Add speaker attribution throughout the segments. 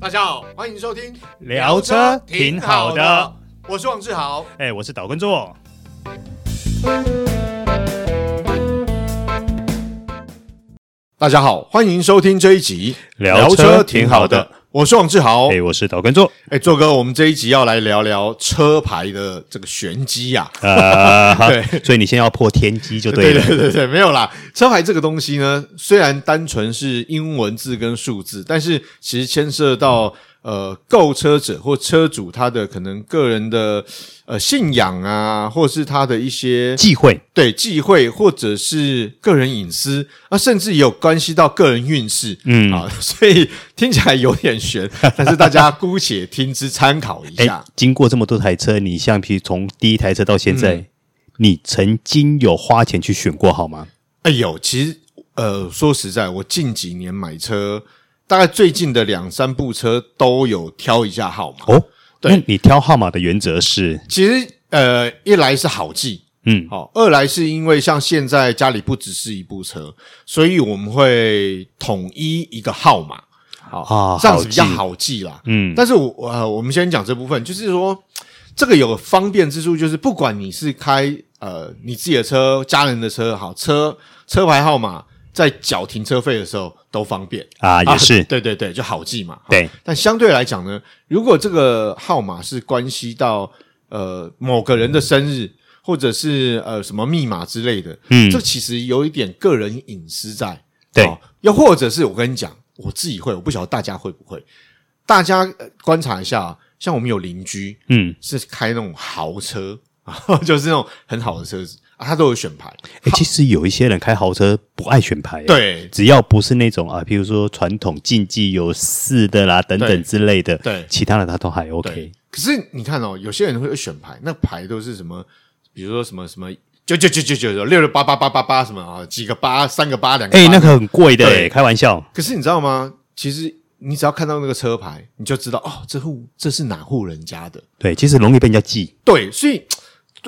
Speaker 1: 大家好，欢迎收听
Speaker 2: 聊车挺好的，
Speaker 1: 我是王志豪。
Speaker 2: 哎、我是岛根
Speaker 1: 哦
Speaker 2: 座。
Speaker 1: 大家好，欢迎收听这一集
Speaker 2: 聊车挺好的，
Speaker 1: 我是王志豪。
Speaker 2: 哎、
Speaker 1: 哎、
Speaker 2: 我是岛根座。
Speaker 1: 做哥，我们这一集要来聊聊车牌的这个玄机呀、啊。
Speaker 2: 呃，
Speaker 1: 对
Speaker 2: 所以你先要破天机就对了。
Speaker 1: 对对对，没有啦。车牌这个东西呢，虽然单纯是英文字跟数字，但是其实牵涉到呃购车者或车主他的可能个人的呃信仰啊，或是他的一些
Speaker 2: 忌讳，
Speaker 1: 对忌讳，或者是个人隐私，啊，甚至也有关系到个人运势，嗯啊， 所以听起来有点 悬，但是大家姑且听之参考一
Speaker 2: 哎、
Speaker 1: 下。
Speaker 2: 经过这么多台车，你像譬如从第一台车到现在，
Speaker 1: 嗯
Speaker 2: 你曾经有花钱去选过好吗？
Speaker 1: 哎呦，其实呃，说实在，我近几年买车，大概最近的两三部车都有挑一下号码。
Speaker 2: 哦，
Speaker 1: 对
Speaker 2: 那你挑号码的原则是，
Speaker 1: 其实呃，一来是好记，
Speaker 2: 嗯，
Speaker 1: 好、二来是因为像现在家里不只是一部车，所以我们会统一一个号码，好、
Speaker 2: 啊
Speaker 1: 这样子比较
Speaker 2: 好记
Speaker 1: 好记啦。
Speaker 2: 嗯
Speaker 1: 但是我呃，我们先讲这部分，就是说这个有个方便之处，就是不管你是开呃你自己的车、家人的车，好车车牌号码在缴停车费的时候都方便
Speaker 2: 啊，也是，
Speaker 1: 对对对，就好记嘛。好
Speaker 2: 对，
Speaker 1: 但相对来讲呢，如果这个号码是关系到呃某个人的生日，或者是呃什么密码之类的，
Speaker 2: 嗯
Speaker 1: 这其实有一点个人隐私在。
Speaker 2: 对
Speaker 1: 哦又或者是我跟你讲，我自己会，我不晓得大家会不会。大家呃观察一下啊，像我们有邻居
Speaker 2: 嗯，
Speaker 1: 是开那种豪车， 就是那种很好的车子啊，他都有选牌。
Speaker 2: 哎、其实有一些人开豪车不爱选牌、哎，
Speaker 1: 对
Speaker 2: 只要不是那种啊，譬如说传统竞技有四的啦等
Speaker 1: 对
Speaker 2: 等之类的，
Speaker 1: 对
Speaker 2: 其他的他都还 OK
Speaker 1: 对。，可是你看哦，有些人会选牌，那牌都是什么？比如说什么什么九九九九九九六六八八八八八什么啊，几个八，三个八，两个
Speaker 2: 哎、
Speaker 1: 八
Speaker 2: 那个很贵的、
Speaker 1: 对
Speaker 2: 哎开玩笑。
Speaker 1: 可是你知道吗？其实你只要看到那个车牌，你就知道哦，这户这是哪户人家的。
Speaker 2: 对，其实容易被人家记。
Speaker 1: 对，所以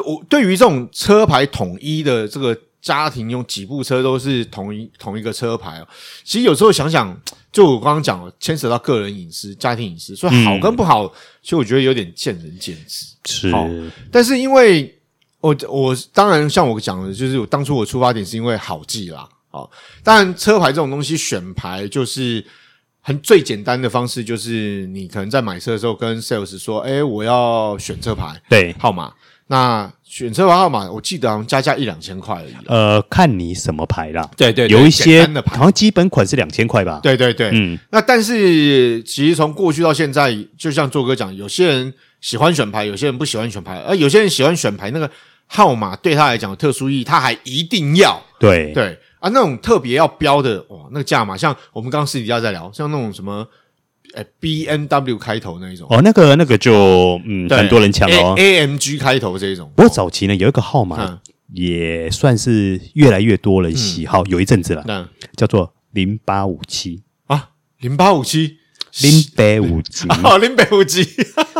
Speaker 1: 我对于这种车牌统一的这个家庭用几部车都是同一同一个车牌哦，其实有时候想想，就我刚刚讲了，牵扯到个人隐私、家庭隐私，所以
Speaker 2: 嗯
Speaker 1: 好跟不好，其实我觉得有点见仁见智。
Speaker 2: 是
Speaker 1: 好但是因为我我当然像我讲的，就是我当初我出发点是因为好记啦，好，当然车牌这种东西选牌就是很最简单的方式，就是你可能在买车的时候跟 sales 说，哎、我要选车牌
Speaker 2: 对，
Speaker 1: 号码，那选车牌号码，我记得好像加价一两千块而已啦。
Speaker 2: 呃，看你什么牌啦。
Speaker 1: 对对
Speaker 2: 有
Speaker 1: 简
Speaker 2: 一些
Speaker 1: 单的牌
Speaker 2: 好像基本款是两千块吧？，
Speaker 1: 对对对，
Speaker 2: 嗯，
Speaker 1: 那但是其实从过去到现在，就像做哥讲，有些人喜欢选牌，有些人不喜欢选牌，而有些人喜欢选牌，那个号码对他来讲有特殊意义，他还一定要
Speaker 2: 对，
Speaker 1: 对啊，那种特别要标的哇，那个价码，像我们刚刚私底下在聊，像那种什么呃 B N W 开头那一种，
Speaker 2: 哦，那个那个就嗯，
Speaker 1: 对
Speaker 2: 很多人抢哦。
Speaker 1: A M G 开头这一种，
Speaker 2: 不过早期呢，有一个号
Speaker 1: 嗯
Speaker 2: 码也算是越来越多人喜好，有一阵子了，
Speaker 1: 那
Speaker 2: 叫做零八五七。
Speaker 1: 啊零八五七
Speaker 2: 零北五七，
Speaker 1: 哦零八五七，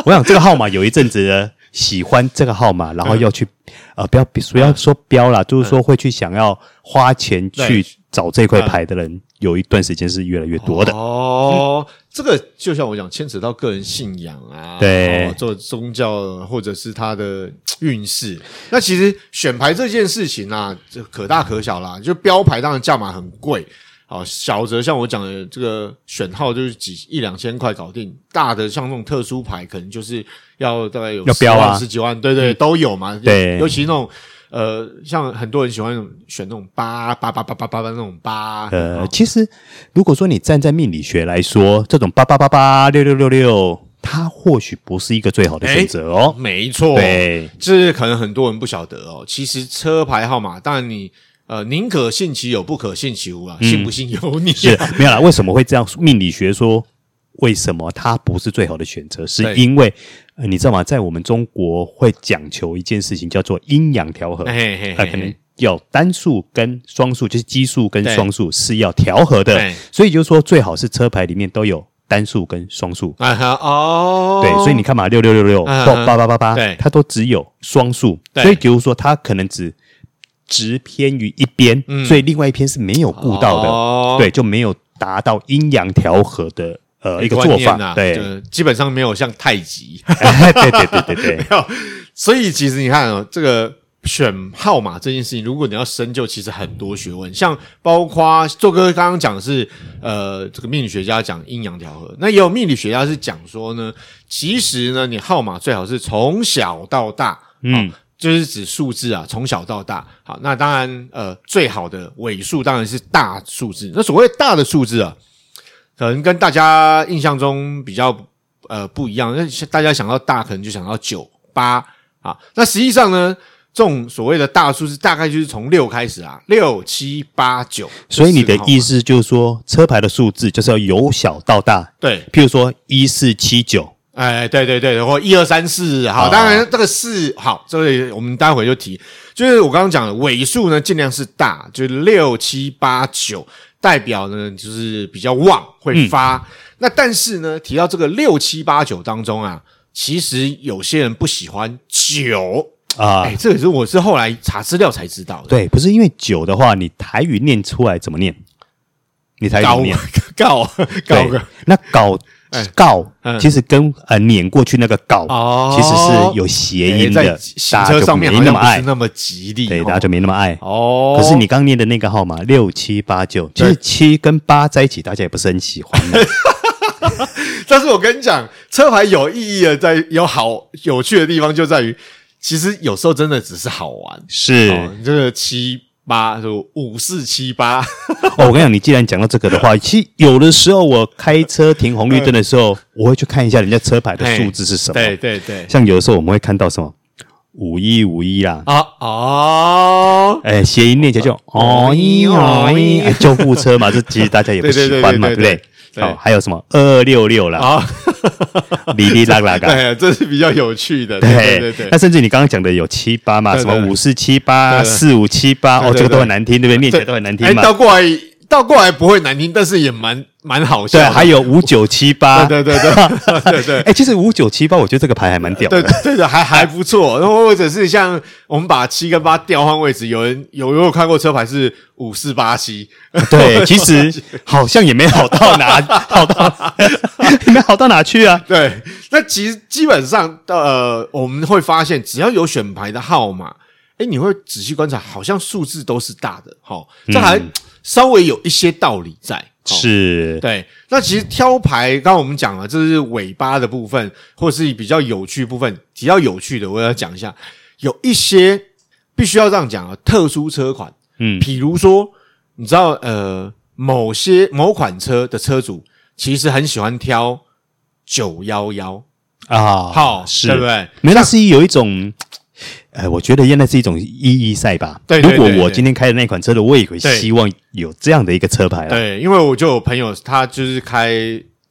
Speaker 2: 我想这个号码有一阵子呢，喜欢这个号码，然
Speaker 1: 嗯
Speaker 2: 后要去呃，不要不要说标啦，就是说会去想要花钱
Speaker 1: 对嗯
Speaker 2: 去找这块牌的人，有一段时间是越来越多的。
Speaker 1: 哦，这个就像我讲，牵扯到个人信仰啊，
Speaker 2: 对
Speaker 1: 哦做宗教或者是他的运势。那其实选牌这件事情啊，这可大可小啦。就标牌当然价码很贵，好小则像我讲的这个选号就是几一两千块搞定，大的像那种特殊牌，可能就是要大概有
Speaker 2: 要标啊
Speaker 1: 10万十几万，对对都有嘛。
Speaker 2: 对
Speaker 1: 尤其那种。呃，像很多人喜欢那种选那种八八八八八八八那种八，
Speaker 2: 呃，
Speaker 1: 哦
Speaker 2: 其实如果说你站在命理学来说，这种八八八八六六六六，它或许不是一个最好的选择哦。
Speaker 1: 没错，
Speaker 2: 对，
Speaker 1: 这可能很多人不晓得哦。其实车牌号码，当然你呃宁可信其有，不可信其无啊，信不信由你、
Speaker 2: 嗯 是没有啦。为什么会这样？命理学说为什么它不是最好的选择？
Speaker 1: 对
Speaker 2: 是因为、呃、你知道吗？在我们中国会讲求一件事情，叫做阴阳调和。
Speaker 1: 嘿嘿
Speaker 2: 它
Speaker 1: 嘿
Speaker 2: 可能
Speaker 1: 嘿，
Speaker 2: 要单数跟双数，就是奇数跟
Speaker 1: 对
Speaker 2: 双数是要调和的
Speaker 1: 对，
Speaker 2: 所以就是说最好是车牌里面都有单数跟双数。
Speaker 1: 啊哈哦，
Speaker 2: 对，所以你看嘛，六六六六
Speaker 1: 嗯
Speaker 2: 或
Speaker 1: 嗯
Speaker 2: 八八八八
Speaker 1: 对，
Speaker 2: 它都只有双数，
Speaker 1: 对
Speaker 2: 所以比如说它可能只只偏于一边，所以另外一边是没有顾到的，
Speaker 1: 嗯哦
Speaker 2: 对，就没有达到阴阳调和的呃一个做
Speaker 1: 观念
Speaker 2: 法，
Speaker 1: 啊，
Speaker 2: 对，
Speaker 1: 就是基本上没有像太 极，
Speaker 2: 哎对对 对对对，
Speaker 1: 所以其实你看哦，这个选号码这件事情，如果你要深究，其实很多学问，像包括做哥刚刚讲的是，呃，这个命理学家讲阴阳调和，那也有命理学家是讲说呢，其实呢，你号码最好是从小到大，
Speaker 2: 嗯，
Speaker 1: 就是指数字啊，从小到大。好，那当然，呃，最好的尾数当然是大数字。那所谓大的数字啊，可能跟大家印象中比较呃不一样。那大家想到大，可能就想到九八啊。那实际上呢，这种所谓的大数字，大概就是从六开始啊，六七八九。
Speaker 2: 所以你的意
Speaker 1: 思
Speaker 2: 思就是说，车牌的数字就是要由小到大，
Speaker 1: 对？
Speaker 2: 譬如说一四七九，
Speaker 1: 哎，对对对，或一二三四，好，
Speaker 2: 哦
Speaker 1: 当然这个四好，这个我们待会就提，就是我刚刚讲的尾数呢，尽量是大，就是六七八九，代表呢就是比较旺会
Speaker 2: 嗯
Speaker 1: 发。那但是呢，提到这个六七八九当中啊，其实有些人不喜欢九，
Speaker 2: 啊、
Speaker 1: 哎、这也是我是后来查资料才知道的。
Speaker 2: 对，不是因为九的话，你台语念出来怎么念？你台语怎
Speaker 1: 搞
Speaker 2: 么念？
Speaker 1: 搞搞
Speaker 2: 对
Speaker 1: 个
Speaker 2: 那搞
Speaker 1: 哎
Speaker 2: 告
Speaker 1: 嗯，
Speaker 2: 其实跟呃撵过去那个搞
Speaker 1: 哦，哎
Speaker 2: 其实是有谐音
Speaker 1: 在
Speaker 2: 的，
Speaker 1: 行
Speaker 2: 大
Speaker 1: 车
Speaker 2: 家就
Speaker 1: 上面
Speaker 2: 没
Speaker 1: 好像
Speaker 2: 那么
Speaker 1: 不是
Speaker 2: 爱，
Speaker 1: 那么吉利，
Speaker 2: 对，
Speaker 1: 哦
Speaker 2: 大家就没那么爱。
Speaker 1: 哦，
Speaker 2: 可是你刚念的那个号码六七八九，其实七跟八在一起，大家也不是很喜欢 啊。
Speaker 1: 但是我跟你讲，车牌有意义的在有好有趣的地方就在于，其实有时候真的只是好玩。
Speaker 2: 是
Speaker 1: 哦，你这个七八就五四七八，
Speaker 2: 哦，我跟你讲，你既然讲到这个的话，其实有的时候我开车停红绿灯的时 候，我会去看一下人家车牌的数字是什么。
Speaker 1: 对对对，
Speaker 2: 像有的时候我们会看到什么五一五一啦，
Speaker 1: 啊哦，
Speaker 2: 哎，谐音念起来就哦一哦一，哎救护车嘛，这其实大家也不喜欢嘛，
Speaker 1: 对对对对
Speaker 2: 对不对？
Speaker 1: 对
Speaker 2: 哦，还有什么二二六六啦，
Speaker 1: 啊，
Speaker 2: 哩哩啦啦嘎，
Speaker 1: 对，这是比较有趣的，对对对
Speaker 2: 那甚至你刚刚讲的有七八嘛，
Speaker 1: 对
Speaker 2: 什
Speaker 1: 对
Speaker 2: 么五四七八、
Speaker 1: 对对
Speaker 2: 四五七八，
Speaker 1: 对
Speaker 2: 哦，
Speaker 1: 对
Speaker 2: 这个都很难听，对不对？念起
Speaker 1: 对，
Speaker 2: 来都很难
Speaker 1: 哎
Speaker 2: 听嘛。
Speaker 1: 倒过来倒过来不会难听，但是也蛮蛮好笑
Speaker 2: 对，啊
Speaker 1: 的，
Speaker 2: 还有啊五九七八，
Speaker 1: 啊对对对对对对。
Speaker 2: 哎，其实五九七八，我觉得这个牌还蛮屌
Speaker 1: 对
Speaker 2: 的。
Speaker 1: 对对的，还还不错。然后或者是像我们把七跟八调换位置，有人有有有看过车牌是五四八七，
Speaker 2: 对，其实好像也没好到哪，好到 也没好到哪去啊。
Speaker 1: 对。那其实基本上呃，我们会发现只要有选牌的号码，哎，你会仔细观察，好像数字都是大的，好、这还稍微有一些道理在。齁
Speaker 2: 是，
Speaker 1: 对，那其实挑牌，刚刚我们讲了，这是尾巴的部分，或是比较有趣部分。比较有趣的，我要讲一下，有一些必须要这样讲啊，特殊车款，
Speaker 2: 嗯，
Speaker 1: 比如说，你知道，呃，某些某款车的车主其实很喜欢挑九幺幺，
Speaker 2: 啊，
Speaker 1: 好，
Speaker 2: 是，
Speaker 1: 对不对？
Speaker 2: 没，那是有一种，呃，我觉得原来是一种意义赛吧。
Speaker 1: 对对对
Speaker 2: 如果我今天开的那款车的，我也会
Speaker 1: 对
Speaker 2: 希望有这样的一个车牌了。
Speaker 1: 对，因为我就有朋友，他就是开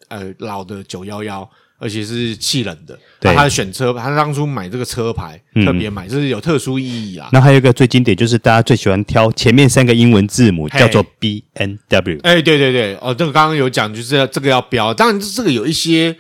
Speaker 1: 呃老的九幺幺，而且是气冷的。
Speaker 2: 对
Speaker 1: 啊他选车，他当初买这个车牌，
Speaker 2: 嗯
Speaker 1: 特别买，这是有特殊意义啊。
Speaker 2: 那还有一个最经典，就是大家最喜欢挑前面三个英文字母，
Speaker 1: 嘿
Speaker 2: 叫做 B N W。
Speaker 1: 哎，对对对，哦，这个刚刚有讲，就是这个要标，当然这个有一些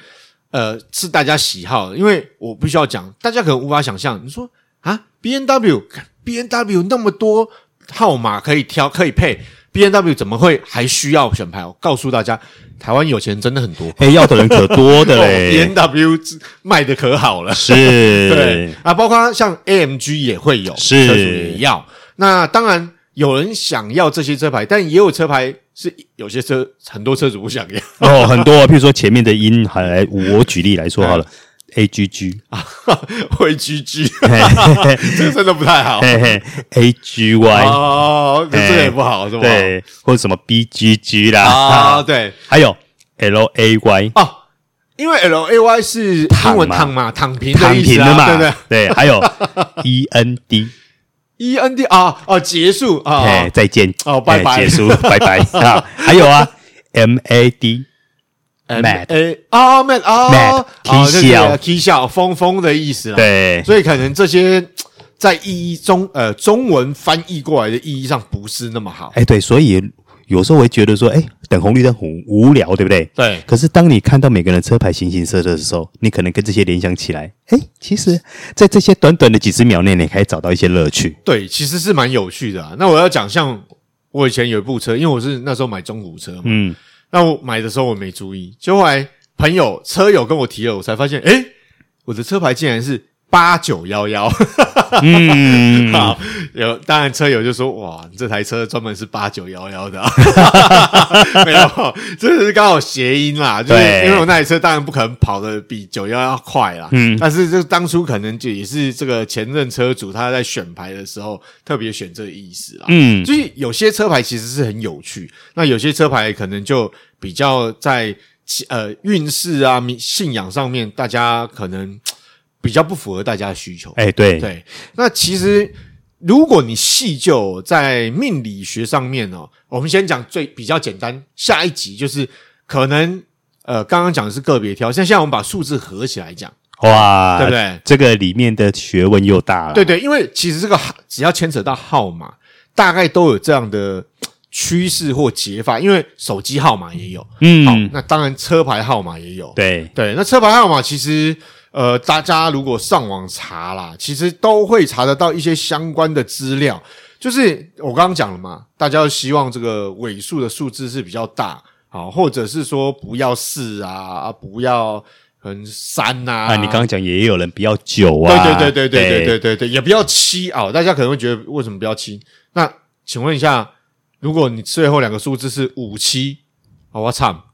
Speaker 1: 呃是大家喜好的，因为我必须要讲，大家可能无法想象，你说啊，B N W B N W 那么多号码可以挑可以配，B N W 怎么会还需要选牌？我告诉大家，台湾有钱人真的很多。哦
Speaker 2: 哎，要的人可多的
Speaker 1: B
Speaker 2: 嘞
Speaker 1: N，W 卖的可好了，对
Speaker 2: 是，
Speaker 1: 啊，包括像 A M G 也会有，
Speaker 2: 是
Speaker 1: 车主也要。那当然有人想要这些车牌，但也有车牌是有些车很多车主不想要。
Speaker 2: 哦，很多，譬如说前面的音，还我举例来说好了，A G G，
Speaker 1: 会 G G，这个真的不太好
Speaker 2: 嘿嘿，A G Y，
Speaker 1: 哦，这这个也不好是吧？
Speaker 2: 对，或者什么 B G G
Speaker 1: 啊，
Speaker 2: 啦，
Speaker 1: 对
Speaker 2: 还有 L A Y。
Speaker 1: 哦，因为 L A Y 是英文躺
Speaker 2: 躺
Speaker 1: 嘛，躺平
Speaker 2: 躺
Speaker 1: 的意
Speaker 2: 平
Speaker 1: 思
Speaker 2: 了
Speaker 1: 啊，
Speaker 2: 嘛，
Speaker 1: 对不对
Speaker 2: 还 有 E N D，
Speaker 1: ？E N D 啊哦，结束啊，
Speaker 2: 哎，
Speaker 1: 哦
Speaker 2: 再见
Speaker 1: 哦拜拜
Speaker 2: 哎结束， 拜拜啊！还有啊，M A D，
Speaker 1: M
Speaker 2: mad
Speaker 1: A 啊 mad 啊
Speaker 2: mad，
Speaker 1: 哦
Speaker 2: 啼笑
Speaker 1: 啼笑疯疯的意思啦。啊
Speaker 2: 对，
Speaker 1: 所以可能这些在意义中，呃，中文翻译过来的意义上不是那么好。
Speaker 2: 哎对，所以有时候我会觉得说，哎，等红绿灯很无聊，对不对？
Speaker 1: 对
Speaker 2: 可是当你看到每个人的车牌形形色色的时候，你可能跟这些联想起来，哎，其实，在这些短短的几十秒内，你可以找到一些乐趣。
Speaker 1: 对，其实是蛮有趣的、啊。那我要讲，像我以前有一部车，因为我是那时候买中古车嘛，
Speaker 2: 嗯，
Speaker 1: 那我买的时候我没注意，结果后来朋友车友跟我提了，我才发现，诶，我的车牌竟然是八九幺幺。
Speaker 2: 嗯，
Speaker 1: 好，有当然车友就说：“哇，你这台车专门是八九幺幺 的、啊，没有，这是刚好谐音啦，就是
Speaker 2: 对
Speaker 1: 因为我那台车当然不可能跑得比九幺幺快啦，
Speaker 2: 嗯
Speaker 1: 但是就当初可能就也是这个前任车主他在选牌的时候特别选这个意思啦，
Speaker 2: 嗯，
Speaker 1: 就是有些车牌其实是很有趣，那有些车牌可能就比较在呃运势啊、迷信仰上面，大家可能比较不符合大家的需求。
Speaker 2: 哎，对，
Speaker 1: 对，那其实如果你细究在命理学上面哦，我们先讲最比较简单，下一集就是可能呃刚刚讲的是个别挑，像现在我们把数字合起来讲，
Speaker 2: 哇，
Speaker 1: 对不？对？
Speaker 2: 这个里面的学问又大了，
Speaker 1: 对对，因为其实这个号只要牵扯到号码，大概都有这样的趋势或解法，因为手机号码也有，好，
Speaker 2: 嗯，
Speaker 1: 那当然车牌号码也有，
Speaker 2: 对，
Speaker 1: 对，那车牌号码其实，呃，大家如果上网查啦，其实都会查得到一些相关的资料。就是我刚刚讲了嘛，大家希望这个尾数的数字是比较大，好，或者是说不要四啊，啊不要很三呐、
Speaker 2: 啊，你刚刚讲也有人比较久啊，
Speaker 1: 对对对对对对对
Speaker 2: 对，
Speaker 1: 对对，也不要七啊、大家可能会觉得为什么不要七？那请问一下，如果你最后两个数字是五七，好，我 操！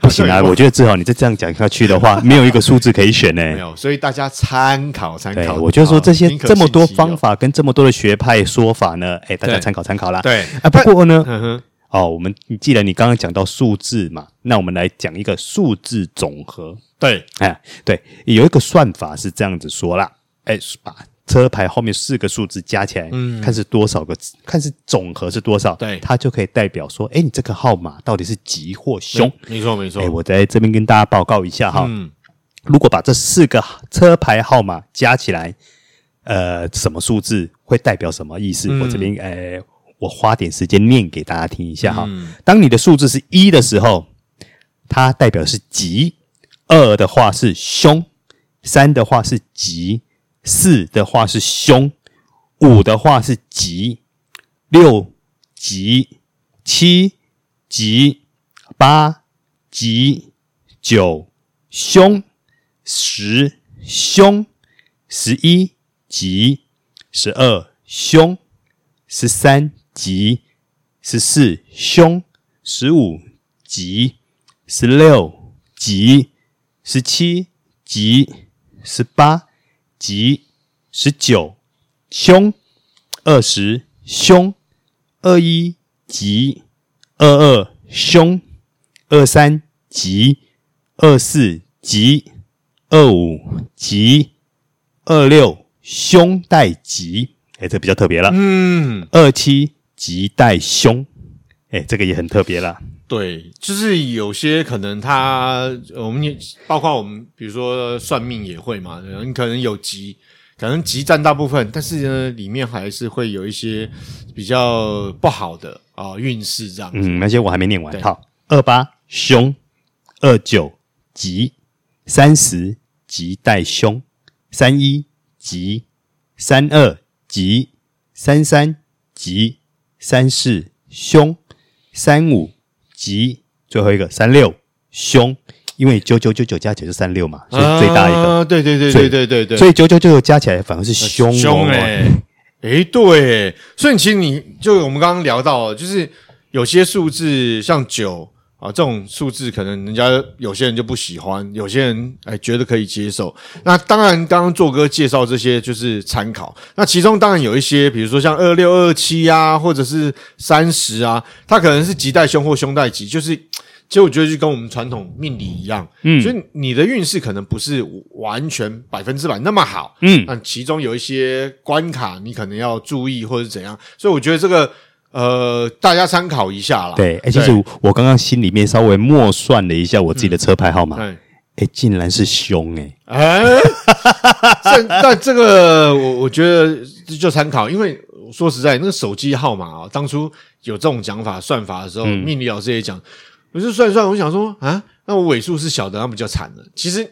Speaker 2: 不行啊，我觉得志豪你再这样讲下去的话，没有一个数字可以 选呢。
Speaker 1: 没有，所以大家参考参
Speaker 2: 哎对，
Speaker 1: 考。
Speaker 2: 我就说这些
Speaker 1: 哦宁可
Speaker 2: 这么多
Speaker 1: 信其有
Speaker 2: 方，法跟这么多的学派说法呢，哎，大家
Speaker 1: 对
Speaker 2: 参考参考啦。
Speaker 1: 对，
Speaker 2: 啊，不过呢，
Speaker 1: 嗯哼，
Speaker 2: 哦，我们既然你刚刚讲到数字嘛，那我们来讲一个数字总和。
Speaker 1: 对，
Speaker 2: 哎，对，有一个算法是这样子说啦，哎，把车牌后面四个数字加起来，看是多少个，看是总和是多少，
Speaker 1: 对
Speaker 2: 它就可以代表说，哎，你这个号码到底是吉或凶。
Speaker 1: 没错没错
Speaker 2: 哎，，我在这边跟大家报告一下哈，
Speaker 1: 嗯，
Speaker 2: 如果把这四个车牌号码加起来，呃，什么数字会代表什么意思？我这边呃，我花点时间念给大家听一下哈。当你的数字是一的时候，它代表是吉；二的话是凶；三的话是吉；四的话是凶；五的话是吉；六吉；七吉；八吉；九凶；十凶；十一吉；十二凶；十三吉；十四凶；十五吉；十六吉；十七吉；十八吉；十九凶；二十凶；二一吉；二二凶；二三吉；二四吉；二五吉；二六凶带吉。哎，这比较特别了。
Speaker 1: 嗯，
Speaker 2: 二七吉带凶，哎，这个也很特别啦。
Speaker 1: 对，就是有些可能他，我们也包括我们，比如说算命也会嘛，你可能有吉，可能吉占大部分，但是呢，里面还是会有一些比较不好的啊运势这样。
Speaker 2: 嗯，那些我还没念完。
Speaker 1: 对
Speaker 2: 好，二八凶，二九吉，三十吉带凶，三一吉，三二吉，三三吉，三四凶，三五吉，最后一个三六凶，因为九九九九加九是三六嘛，所以最大一个。
Speaker 1: 啊，对对对
Speaker 2: 最
Speaker 1: 对对对对，
Speaker 2: 所以九九九九加起来反而是凶哦，
Speaker 1: 凶哎、哎、对，所以其实你就我们刚刚聊到，就是有些数字像九啊这种数字，可能人家有些人就不喜欢，有些人哎觉得可以接受。那当然，刚刚做哥介绍这些就是参考，那其中当然有一些，比如说像二六二七啊，或者是三十啊，它可能是吉带凶或凶带吉，就是。其实我觉得就跟我们传统命理一样，嗯，所以你的运势可能不是完全百分之百那么好，
Speaker 2: 嗯
Speaker 1: 那其中有一些关卡你可能要注意或者怎样，所以我觉得这个呃，大家参考一下啦。
Speaker 2: 对，哎、其实我刚刚心里面稍微默算了一下我
Speaker 1: 嗯
Speaker 2: 自己的车牌号码，哎、
Speaker 1: 对，
Speaker 2: 竟然是凶哎、
Speaker 1: 哎， 这但这个我我觉得就参考，因为说实在，那个手机号码啊、当初有这种讲法算法的时候，命理老师也讲，我就算一算，我想说啊，那我尾数是小的，那不就惨了？其实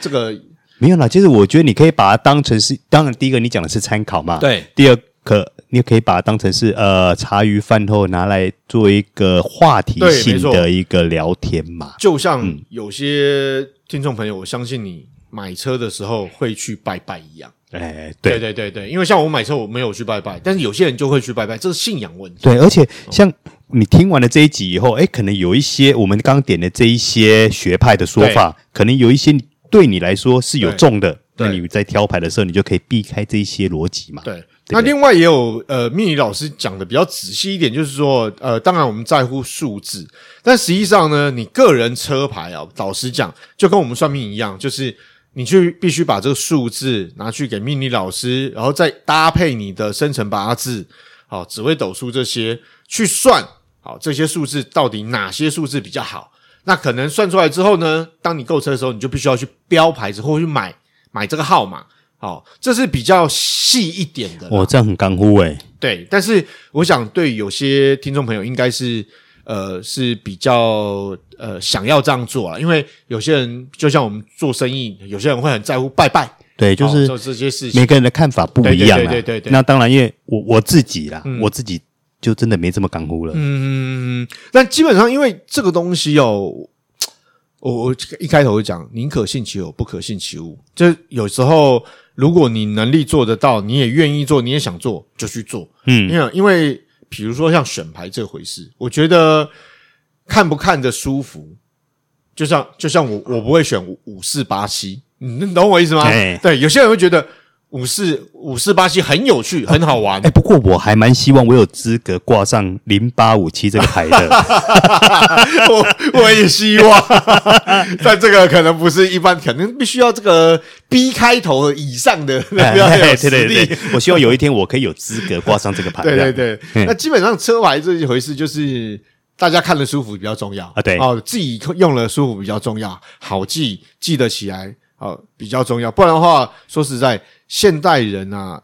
Speaker 1: 这个啊
Speaker 2: 没有啦，其实我觉得你可以把它当成是，当然第一个你讲的是参考嘛，
Speaker 1: 对，
Speaker 2: 第二可你也可以把它当成是呃茶余饭后拿来做一个话题
Speaker 1: 对没
Speaker 2: 性
Speaker 1: 错
Speaker 2: 的一个聊天嘛。
Speaker 1: 就像有些听众朋友，我相信你买车的时候会去拜拜一样。
Speaker 2: 哎，对
Speaker 1: 对对对对，因为像我买车我没有去拜拜，但是有些人就会去拜拜，这是信仰问题。
Speaker 2: 对，而且像你听完了这一集以后，哎，可能有一些我们刚点的这一些学派的说法，可能有一些对你来说是有
Speaker 1: 对
Speaker 2: 重的。那
Speaker 1: 对
Speaker 2: 你在挑牌的时候，你就可以避开这一些逻辑嘛。
Speaker 1: 对，那另外也有呃，命理老师讲的比较仔细一点，就是说，呃，当然我们在乎数字，但实际上呢，你个人车牌啊，老实讲，就跟我们算命一样，就是你去必须把这个数字拿去给命理老师，然后再搭配你的生辰八字，好、紫微斗数这些去算，好、这些数字到底哪些数字比较好？那可能算出来之后呢，当你购车的时候，你就必须要去标牌子或去买买这个号码。好、这是比较细一点的啦。
Speaker 2: 哦，这样很干乎哎、
Speaker 1: 对，但是我想对有些听众朋友应该是呃是比较呃想要这样做了，因为有些人就像我们做生意，有些人会很在乎拜拜，
Speaker 2: 对，就
Speaker 1: 哦
Speaker 2: 是
Speaker 1: 做这些事情。
Speaker 2: 每个人的看法不一样啊。
Speaker 1: 对对对对对
Speaker 2: 那当然，因为我我自己啦，我自己就真的没这么干乎了。
Speaker 1: 嗯，但基本上因为这个东西哦。我我一开头就讲，宁可信其有，不可信其无。就是有时候，如果你能力做得到，你也愿意做，你也想做，就去做。
Speaker 2: 嗯，
Speaker 1: 因为因为比如说像选牌这回事，我觉得看不看的舒服，就像就像我我不会选五五四八七，你你懂我意思吗？
Speaker 2: 哎
Speaker 1: 对，有些人会觉得五四五四八七很有趣，很好玩
Speaker 2: 哎、。不过我还蛮希望我有资格挂上零八五七这个牌 的。
Speaker 1: 我我也希 望，但这个可能不是一般，可能必须要这个 B 开头以上的，那要有
Speaker 2: 哎
Speaker 1: 实
Speaker 2: 对
Speaker 1: 力。
Speaker 2: 对对，我希望有一天我可以有资格挂上这个牌。
Speaker 1: 对
Speaker 2: 这
Speaker 1: 对
Speaker 2: 样
Speaker 1: 对，
Speaker 2: 嗯
Speaker 1: 那基本上车牌这一回事就是大家看得舒服比较重要
Speaker 2: 啊对
Speaker 1: 哦，自己用了舒服比较重要，好记记得起来哦比较重要，不然的话，说实在，现代人啊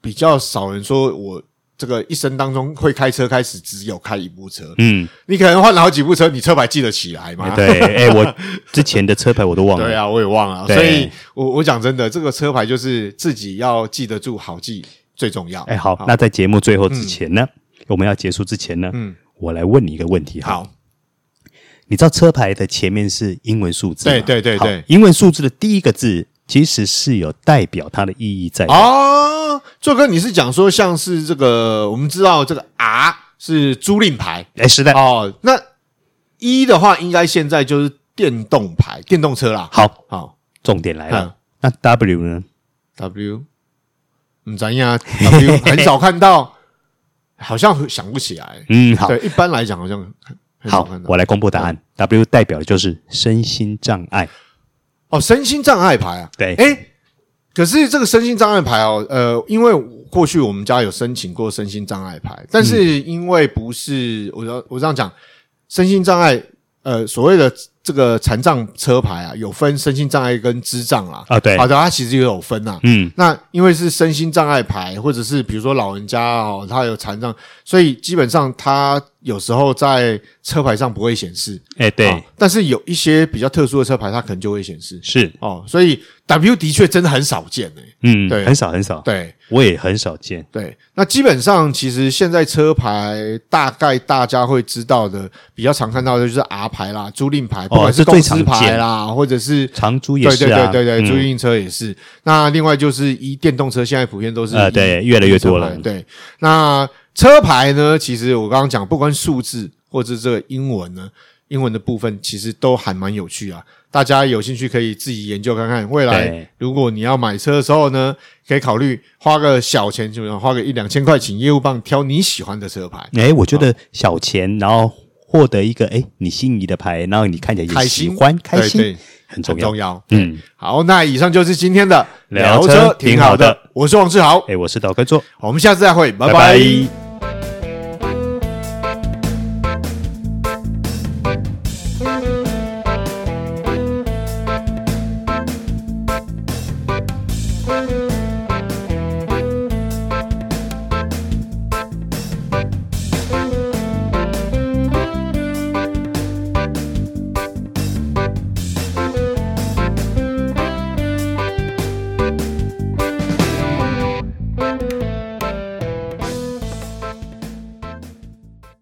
Speaker 1: 比较少人说我。这个一生当中会开车，开始只有开一部车，
Speaker 2: 嗯，
Speaker 1: 你可能换了好几部车，你车牌记得起来吗？
Speaker 2: 对，哎、我之前的车牌我都忘了。
Speaker 1: 对啊，我也忘了，
Speaker 2: 对
Speaker 1: 所以我我讲真的，这个车牌就是自己要记得住，好记最重要。
Speaker 2: 哎、好，那在节目最后之前呢，我们要结束之前呢，嗯，我来问你一个问题。，
Speaker 1: 嗯好，
Speaker 2: 你知道车牌的前面是英文数字吗
Speaker 1: 对对对
Speaker 2: 好
Speaker 1: 对
Speaker 2: 英文数字的第一个字其实是有代表它的意义在的。
Speaker 1: 哦，做哥，你是讲说像是这个，我们知道这个 R 是租赁牌
Speaker 2: 哎、是的。
Speaker 1: 哦，那一的话，应该现在就是电动牌、电动车啦。
Speaker 2: 好，哎
Speaker 1: 好
Speaker 2: 重点来了。那 W 呢？
Speaker 1: ，W，嗯，咱呀，W 很少看到，好像想不起来。
Speaker 2: 嗯，好
Speaker 1: 对，一般来讲好像很很少
Speaker 2: 好
Speaker 1: 看，到
Speaker 2: 我来公布答案。W 代表的就是身心障碍。
Speaker 1: 哦，身心障碍牌啊，
Speaker 2: 对
Speaker 1: 哎、可是这个身心障碍牌哦，呃，因为过去我们家有申请过身心障碍牌，但是因为不是我要我这样讲，身心障碍，呃，所谓的这个残障车牌啊，有分身心障碍跟智障啊，
Speaker 2: 啊对
Speaker 1: 好的，它其实也有分啊。
Speaker 2: 嗯，
Speaker 1: 那因为是身心障碍牌，或者是比如说老人家哦，他有残障，所以基本上他有时候在车牌上不会显示。
Speaker 2: 哎、对，
Speaker 1: 啊但是有一些比较特殊的车牌，它可能就会显示。
Speaker 2: 是，
Speaker 1: 哦，所以 W 的确真的很少见诶、
Speaker 2: 嗯，
Speaker 1: 对
Speaker 2: 很少很少，
Speaker 1: 对
Speaker 2: 我也很少见。
Speaker 1: 对，那基本上其实现在车牌大概大家会知道的，比较常看到的就是 R 牌啦、租赁牌，不管是
Speaker 2: 哦这
Speaker 1: 公
Speaker 2: 最
Speaker 1: 司
Speaker 2: 常
Speaker 1: 牌
Speaker 2: 见
Speaker 1: 啦，或者是。
Speaker 2: 长租也
Speaker 1: 对
Speaker 2: 是
Speaker 1: 对
Speaker 2: 啊，
Speaker 1: 对对对，
Speaker 2: 嗯
Speaker 1: 租赁车也是。那另外就是一电动车，现在普遍都是
Speaker 2: 呃
Speaker 1: 一
Speaker 2: 对越来越多了
Speaker 1: 一车牌对，那车牌呢？其实我刚刚讲，不管数字或者这个英文呢，英文的部分其实都还蛮有趣啊。大家有兴趣可以自己研究看看，未来
Speaker 2: 对
Speaker 1: 如果你要买车的时候呢，可以考虑花个小钱，就花个一两千块，请业务帮你挑你喜欢的车牌。
Speaker 2: 哎，我觉得小钱，然后获得一个哎你心仪的牌，然后你看起来
Speaker 1: 开
Speaker 2: 也
Speaker 1: 心
Speaker 2: 嗯喜欢，开
Speaker 1: 对对
Speaker 2: 心很
Speaker 1: 很
Speaker 2: 重要
Speaker 1: 重。要。
Speaker 2: 嗯，
Speaker 1: 好，那以上就是今天的
Speaker 2: 聊车挺好的
Speaker 1: 我是王志豪，
Speaker 2: 哎，我是导哥座，
Speaker 1: 我们下次再会，拜
Speaker 2: 拜
Speaker 1: 拜
Speaker 2: 拜